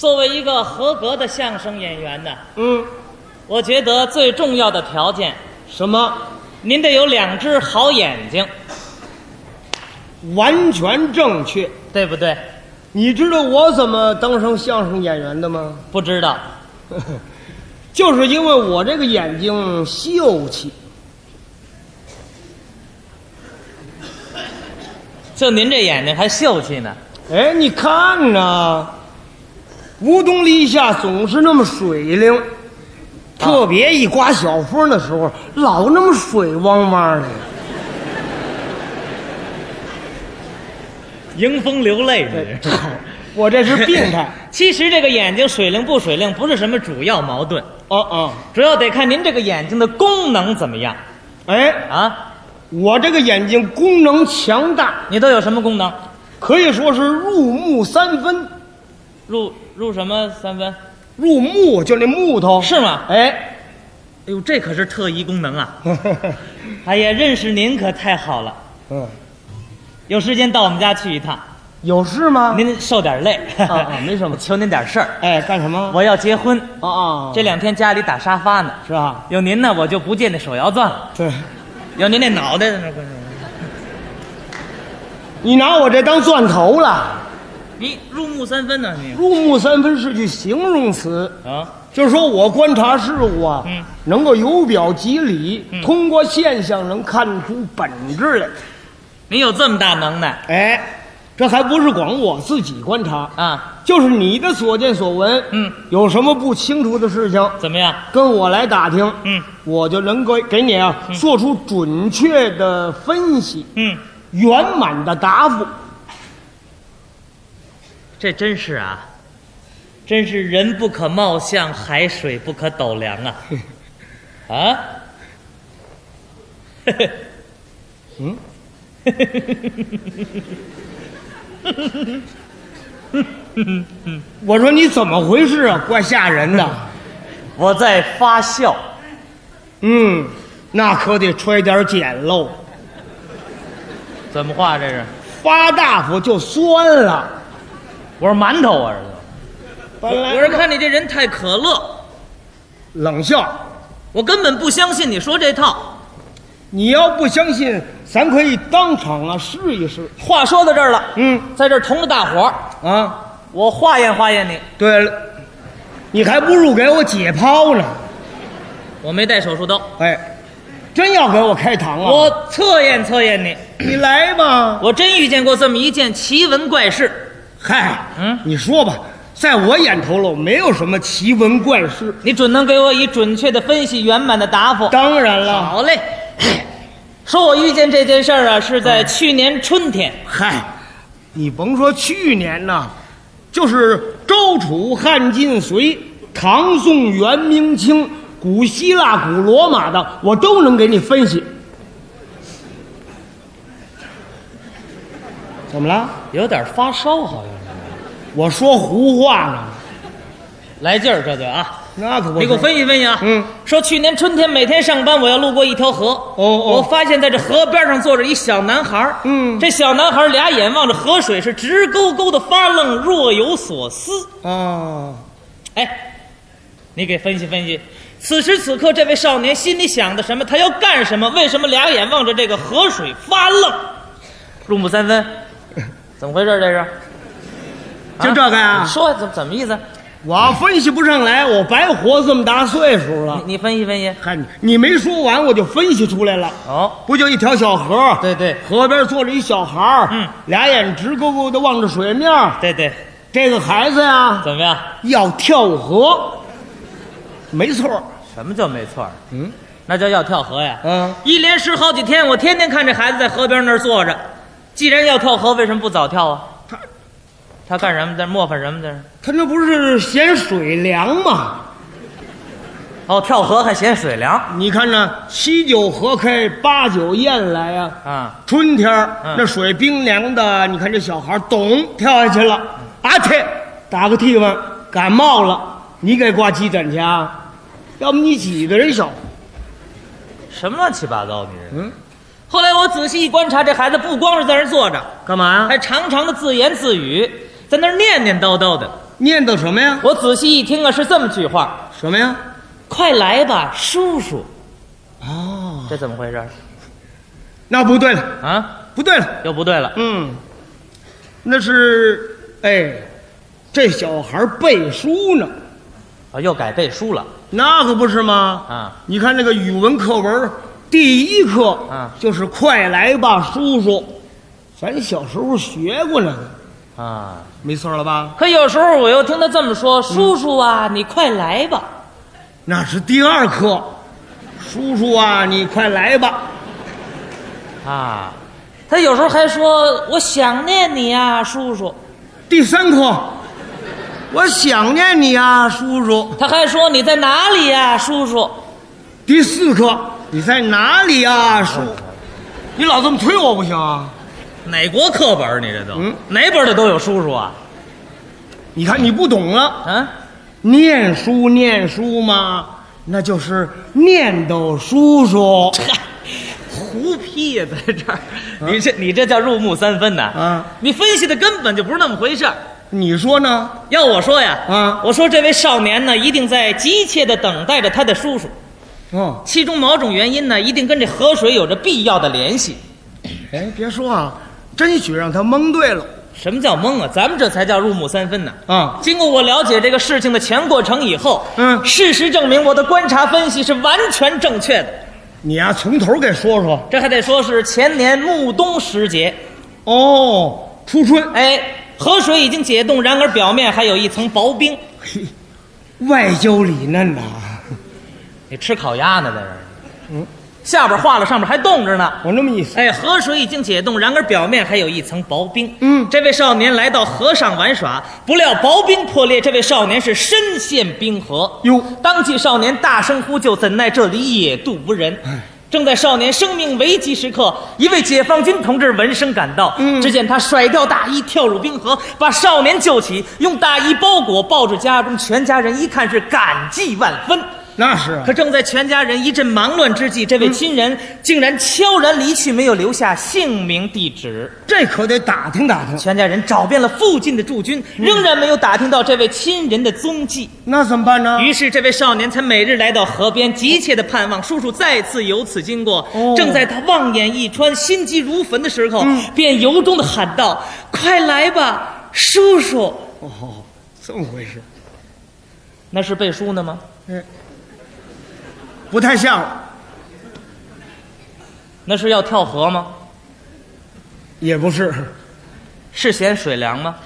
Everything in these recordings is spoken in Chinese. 作为一个合格的相声演员呢，嗯，我觉得最重要的条件，什么？您得有两只好眼睛，完全正确。对不对？你知道我怎么当上相声演员的吗？不知道，就是因为我这个眼睛秀气。就您这眼睛还秀气呢。哎，你看呐、无冬立夏总是那么水灵，特别一刮小风的时候，老那么水汪汪的。迎风流泪，这是。我这是病态。 其实这个眼睛水灵不水灵不是什么主要矛盾，哦哦，主要得看您这个眼睛的功能怎么样哎，啊。我这个眼睛功能强大，你都有什么功能？可以说是入木三分。入入什么三分？入木就那木头是吗？哎，哎呦，这可是特异功能啊！哎呀，认识您可太好了。嗯，有时间到我们家去一趟， 有事吗？您受点累，啊哦啊没 什么求您点事儿。哎，干什么？我要结婚，啊啊，这两天家里打沙发呢，是啊，有您呢，我就不借那手摇钻了，对，有您那脑袋呢，你拿我这当钻头了。你入木三分呢，你入木三分是句形容词，啊，就是说我观察事物啊，嗯能够由表及里，通过现象能看出本质来。你有这么大能耐哎，这还不是光我自己观察，啊？就是你的所见所闻，嗯，有什么不清楚的事情，怎么样？跟我来打听，嗯我就能够给你啊做出准确的分析，嗯，圆满的答复。这真是啊，真是人不可貌相，海水不可斗量 啊！啊，嗯，我说你怎么回事啊？怪吓人的。我在发笑，嗯，那可得揣点碱喽，怎么话这是？发大发就酸了。我说馒头，我儿子。本我是看你这人太可乐，冷笑，我根本不相信你说这套。你要不相信，咱可以当场啊试一试。话说到这儿了，嗯在这儿同着大伙儿，啊。我化验化验你。对了，你还不如给我解剖呢。我没带手术刀，哎，真要给我开膛啊！我测验测验你。你来吧。我真遇见过这么一件奇闻怪事，嗨，嗯你说吧，在我眼头喽，没有什么奇闻怪事。你准能给我以准确的分析、圆满的答复。当然了，好嘞。 说我遇见这件事儿啊，是嗯在去年春天。嗨，你甭说去年呐，就是周楚汉晋隋唐宋元明清古希腊古罗马的，我都能给你分析。怎么了？有点发烧，好像是。我说胡话呢，来劲儿，这就啊。那可不是。你给我分析分析啊！嗯，说去年春天每天上班，我要路过一条河。哦哦我发现在这河边上坐着一小男孩儿。嗯这小男孩儿俩眼望着河水，是直勾勾的发愣，若有所思。哦啊，哎，你给分析分析，此时此刻这位少年心里想的什么？他要干什么？为什么俩眼望着这个河水发愣？入木三分，怎么回事？这是？就这个呀你说怎么怎么意思？我分析不上来，我白活这么大岁数了。你你分析分析。看你，你没说完我就分析出来了，哦，不就一条小河？对对河边坐着一小孩儿，嗯，俩眼直勾勾的望着水面儿。对对，这个孩子呀，怎么样？要跳河，没错儿，什么叫没错？嗯，那叫要跳河呀！嗯，一连试好几天，我天天看这孩子在河边那儿坐着。既然要跳河，为什么不早跳啊？他他干什么在那儿磨粉什么在那儿？他那不是嫌水凉吗？哦，跳河还嫌水凉你看呢，七九河开，八九雁来呀、啊！春天儿嗯那水冰凉的，你看这小孩儿咚跳下去了，啊切，打个嚏吧，感冒了，你给挂急诊去啊？要不你几个人小？什么乱七八糟，你这。嗯。后来我仔细一观察，这孩子不光是在那儿坐着，干嘛呀还常常的自言自语，在那儿念念叨叨的。念叨什么呀？我仔细一听啊，是这么句话什么呀？：“快来吧，叔叔。哦，”这怎么回事那不对了，啊？不对了，又不对了，嗯，那是，哎，这小孩背书呢，啊，又改背书了那可不是吗？啊！你看那个语文课文第一课，啊就是“快来吧，叔叔”，咱小时候学过那个，啊！没错了吧？可有时候我又听他这么说：“叔叔啊，你快来吧。那是第二课，叔叔啊，你快来吧。”啊，他有时候还说：“我想念你呀、叔叔。第三课，我想念你啊，叔叔”。他还说：“你在哪里呀、叔叔第四课，你在哪里啊，叔？你老这么推我不行啊！？”哪国课本儿？你这都嗯哪本儿里都有叔叔啊？你看你不懂了，啊，念书念书嘛，那就是念叨叔叔。胡批呀，在这儿，你这你这叫入木三分呐！啊，你分析的根本就不是那么回事儿。你说呢？要我说呀，啊我说这位少年呢，一定在急切地等待着他的叔叔，哦，其中某种原因呢，一定跟这河水有着必要的联系。哎，别说啊，真许让他蒙对了什么叫蒙啊？咱们这才叫入木三分呢。啊！经过我了解这个事情的全过程以后，嗯事实证明我的观察分析是完全正确的。你呀、从头给说说。这还得说是前年暮冬时节，哦，初春，哎，河水已经解冻，然而表面还有一层薄冰。嘿，外焦里嫩呐、你吃烤鸭呢，在这儿？嗯，下边化了，上面还冻着呢。我那么一说，哎，河水已经解冻，然而表面还有一层薄冰。嗯这位少年来到河上玩耍，不料薄冰破裂，这位少年是身陷冰河。哟当即少年大声呼救，怎奈这里野渡无人。正在少年生命危急时刻，一位解放军同志闻声赶到，嗯只见他甩掉大衣，跳入冰河，把少年救起，用大衣包裹，抱至家中，全家人一看是感激万分。那是啊可正在全家人一阵忙乱之际，这位亲人竟然悄然离去，没有留下姓名地址。这可得打听打听，全家人找遍了附近的驻军，仍然没有打听到这位亲人的踪迹。那怎么办呢？于是，这位少年才每日来到河边，急切地盼望叔叔再次由此经过。哦嗯正在他望眼一穿、心急如焚的时候，便由衷地喊道：“快来吧，叔叔哦，这么回事，！”哎那是背书呢吗？不太像了，那是要跳河吗？也不是，是嫌水凉吗？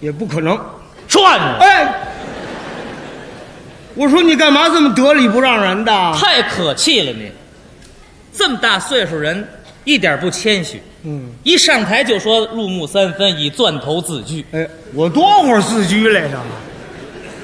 也不可能。转我！哎，我说你干嘛这么得理不让人的？太可气了你！这么大岁数人，一点不谦虚，嗯，一上台就说入木三分，以钻头自居，哎，我多会儿自居来着？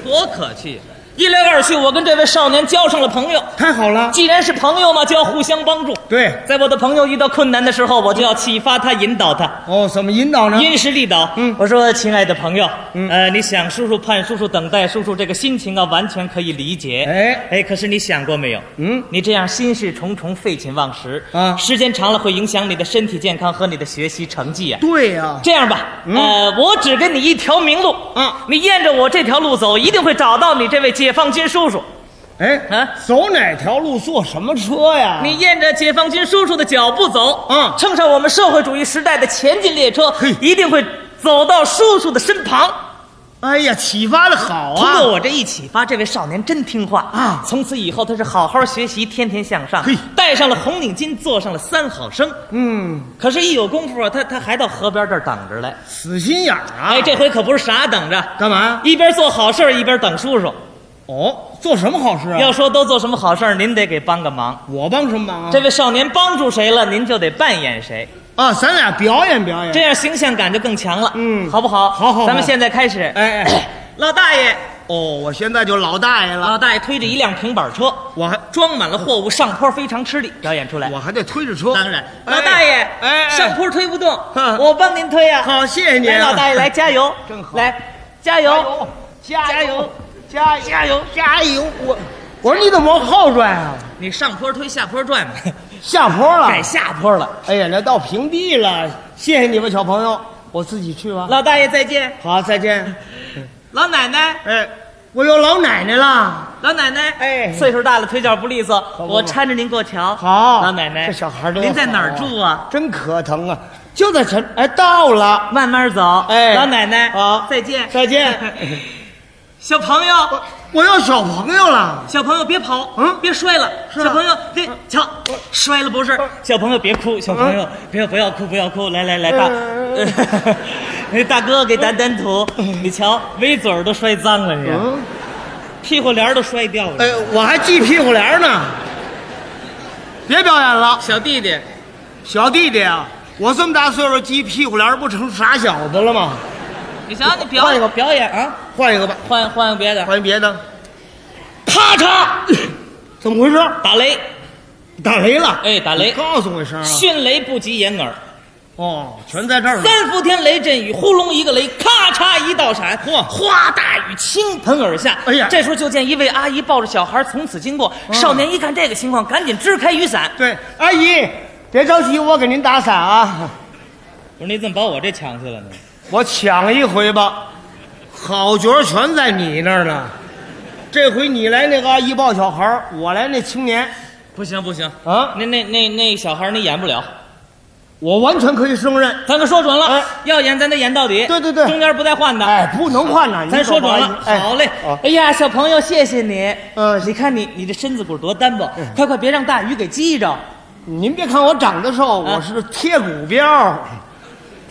多可气！一来二去，我跟这位少年交上了朋友。太好了，既然是朋友嘛，就要互相帮助。对，在我的朋友遇到困难的时候，我就要启发他、引导他，哦，怎么引导呢？因势利导。嗯我说，亲爱的朋友，嗯呃，你想叔叔、盼叔叔、等待叔叔这个心情啊，完全可以理解。哎哎，可是你想过没有？嗯，你这样心事重重、废寝忘食啊时间长了会影响你的身体健康和你的学习成绩啊。对呀、这样吧，嗯呃，我只给你一条明路啊你沿着我这条路走，一定会找到你这位解放军叔叔。哎，啊走哪条路坐什么车呀？你沿着解放军叔叔的脚步走，啊嗯乘上我们社会主义时代的前进列车嘿，一定会走到叔叔的身旁。哎呀，启发的好通过啊！我这一启发，这位少年真听话啊从此以后，他是好好学习，天天向上嘿，戴上了红领巾，做上了三好生。嗯，可是，一有功夫啊，他他还到河边这儿等着来。死心眼儿啊！哎，这回可不是傻等着，干嘛？一边做好事儿一边等叔叔。哦，做什么好事啊？要说都做什么好事儿，您得给帮个忙。我帮什么忙啊？这位少年帮助谁了，您就得扮演谁，啊，咱俩表演表演。这样形象感就更强了。嗯好不好？好好好咱们现在开始。哎哎， 老大爷，哦，我现在就老大爷了，老大爷推着一辆平板车，我还装满了货物，上坡非常吃力，表演出来。我还得推着车。当然，哎老大爷，哎，哎上坡推不动，哼我帮您推呀、好，谢谢您来，啊，老大爷，来加 油，真好来加油，加油，加油，加油！加油！我我说你怎么后拽啊？你上坡推，下坡转嘛，下坡了啊哎改下坡了。哎呀，那到平地了。谢谢你吧，小朋友。我自己去吧。老大爷再见，好，再见。老奶奶，哎，我有老奶奶了。老奶奶，哎岁数大了腿脚不利索，不我搀着您过桥。好，老奶奶，这小孩儿多您在哪儿好住啊？？真可疼啊！就在城，哎，到了，慢慢走，哎老奶奶，好再见，再见。 小朋友，我我要小朋友了。小朋友别跑，嗯别摔了。是啊嗯小朋友，别瞧，摔了不是。小朋友别哭，小朋友别不要哭，不要哭，来来来，大，嗯 呃大哥给咱掸土，你瞧，围嘴儿都摔脏了，你嗯，屁股帘儿都摔掉了。哎，我还系屁股帘儿呢。别表演了，小弟弟，小弟弟啊，我这么大岁数系屁股帘儿不成傻小子了吗？你瞧你表换一个演表演啊，换一个吧，换换个别的，换一别的。咔嚓， 怎么回事？打雷，打雷了！哎打雷你告诉我一声啊！迅雷不及掩耳，哦，全在这儿呢。三伏天雷震雨，呼隆一个雷，咔嚓一道闪，嚯哗，大雨倾盆而下。哎呀这时候就见一位阿姨抱着小孩从此经过，少年一看这个情况，赶紧支开雨伞。对，阿姨，别着急，我给您打伞啊。我说你怎么把我这抢去了呢？我抢一回吧，好角儿全在你那儿呢。这回你来那个阿姨抱小孩儿我来那青年不行不行，啊，那那那那小孩你演不了，我完全可以胜任。咱可说准了，哎要演咱得演到底。对对对中间不带换的。哎，不能换呐，你咱说准可了不，哎好嘞啊！哎呀，小朋友，谢谢你。嗯你看你你这身子骨多单薄，快快别让大雨给击着。您别看我长得瘦，我是贴骨膘儿。啊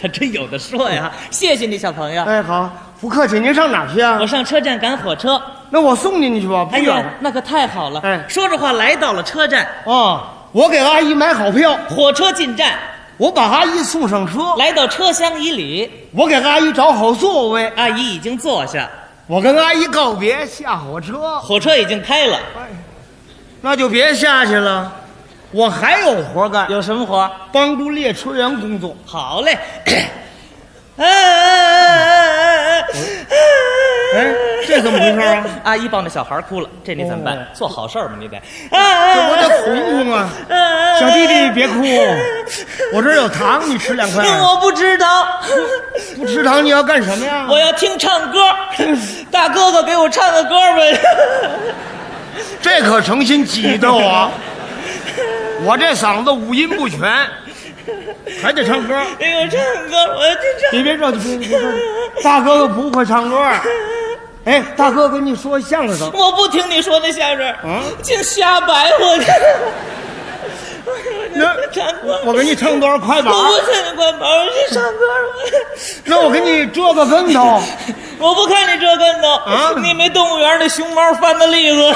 他真有的说呀！嗯谢谢你，小朋友。哎，好，不客气。您上哪儿去啊我？上车站赶火车，那我送您去吧，不哎远呀，那可太好了！哎说着话来到了车站，啊。我给阿姨买好票，火车进站，我把阿姨送上车，来到车厢以里，我给阿姨找好座位，阿姨已经坐下，我跟阿姨告别，下火车。火车已经开了。那就别下去了，我还有活干，有什么活？帮助列车员工作。好嘞。哎哎哎哎这怎么回事啊？阿姨抱着小孩哭了，这你怎么办？哦做好事儿嘛，你得。这这我我得哄哄啊！哎小弟弟别哭，我这儿有糖，你吃两块。我不知道。不吃糖你要干什么呀？我要听唱歌，大哥哥给我唱个歌呗。这可成心挤兑我，我这嗓子五音不全，还得唱歌。给我唱歌，我要听唱。你别着急，别别着急，大哥哥不会唱歌。哎，大哥跟你说相声，我不听你说的相声，嗯净瞎白活的。哎那我唱歌，我给你唱段快板我，不听你管毛，我去唱歌了。那我给你折个跟头。我不看你这跟头，啊你没动物园那熊猫翻的例子。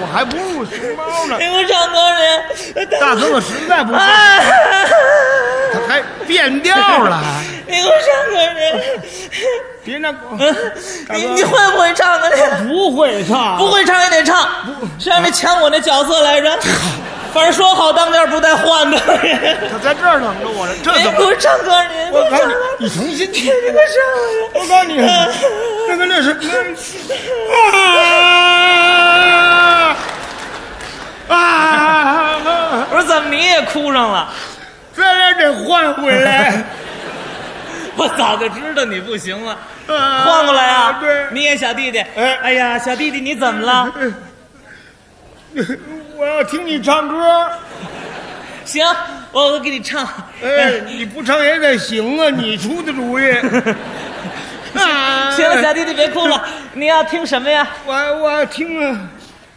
我还不如熊猫呢。给我唱歌去，大哥哥实在不行，啊！他还变调了，还 你给我唱歌别那个去，你你会不会唱啊？不会唱，不会唱也得唱，谁让你啊抢我那角色来 着？反正说好当面不带换的。他在这儿等着我呢， 这你怎给么？我唱歌，你给我我告唱诉歌，你，你成心你去，给我我告诉你，那个那是啊啊啊！唱。我说怎么你也哭上了？咱俩得换回来，我早就知道你不行了，啊换过来啊！对，你也小弟弟。哎呀，小弟弟你怎么了？我要听你唱歌。行，我我给你唱。哎，你不唱也得行啊！你出的主意。 行了，小啊，弟弟别哭了，你要听什么呀？我我听啊，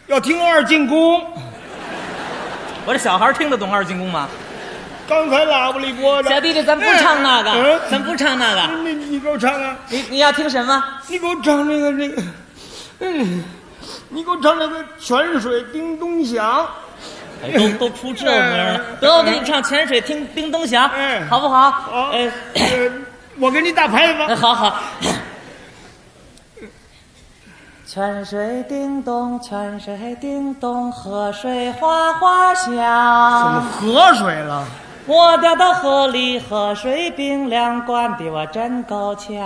要听二进宫。我这小孩听得懂二进宫吗？刚才喇叭里播的。小弟弟，咱不唱那个嗯，咱不唱那个。你你给我唱啊！你你要听什么？你给我唱那个那个，嗯，你给我唱那个泉水叮咚响。哎都都出这模样了。得，我给你唱《潜水听叮咚响》，嗯好不好？好，哎，呃我给你打牌 子哎吧。 好好。泉水叮咚，泉水叮咚，河水哗哗响。河水了？我掉到河里，河水冰凉，灌的我真够悬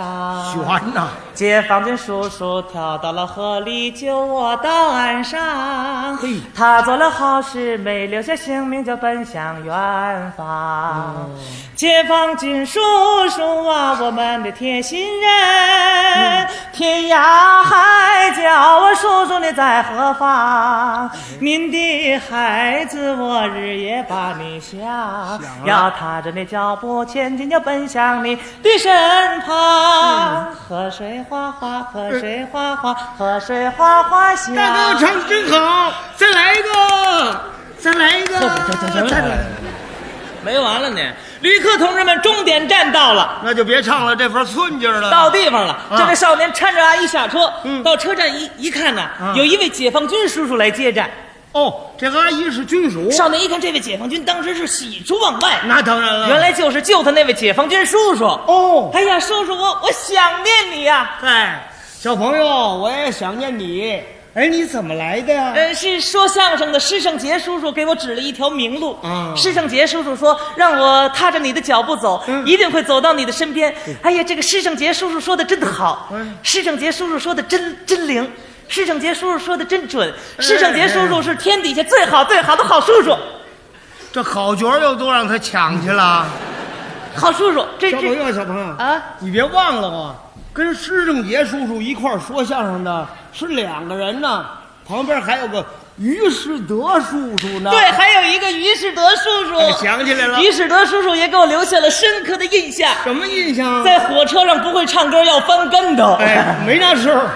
呛。呐、解放军叔叔跳到了河里，救我到岸上嘿。他做了好事，没留下性命，就奔向远哦方。解放军叔叔啊，我们的贴心嗯人，天涯海角，我叔叔你在何嗯方？您的孩子，我日夜把你啊想，要踏着你脚步前进，要奔向你的身嗯旁。河水哗哗，河水哗哗，河水哗哗响。大哥唱得真好，再来一个，再来一个，再来一个，没完了呢！旅客同志们，终点站到了。那就别唱了，这份寸劲儿了。到地方了，啊这位少年搀着阿姨下车，嗯到车站一一看呐，啊有一位解放军叔叔来接站。哦，这阿姨是军属，少年一看这位解放军，当时是喜出望外，哦那当然了。原来就是救他那位解放军叔叔。哦，哎呀，叔叔，我我想念你呀、嗨，哎小朋友，我也想念你。哎，你怎么来的呀？呃，是说相声的施胜杰叔叔给我指了一条明路。啊施胜杰叔叔说让我踏着你的脚步走，嗯一定会走到你的身边。哎呀，这个施胜杰叔叔说的真好，嗯施胜杰叔叔说的真真灵，施胜杰叔叔说的真准，哎施胜杰叔叔是天底下最好最好的好叔叔，这好角儿又都让他抢去了。好叔叔，这小朋这友，小朋友啊，你别忘了啊，跟施正杰叔叔一块儿说相声的是两个人呢，旁边还有个于世德叔叔呢。对，，还有一个于世德叔哎叔，想起来了于世德叔叔也给我留下了深刻的印象，什么印象啊？在火车上不会唱歌要翻跟头。哎，没那事儿。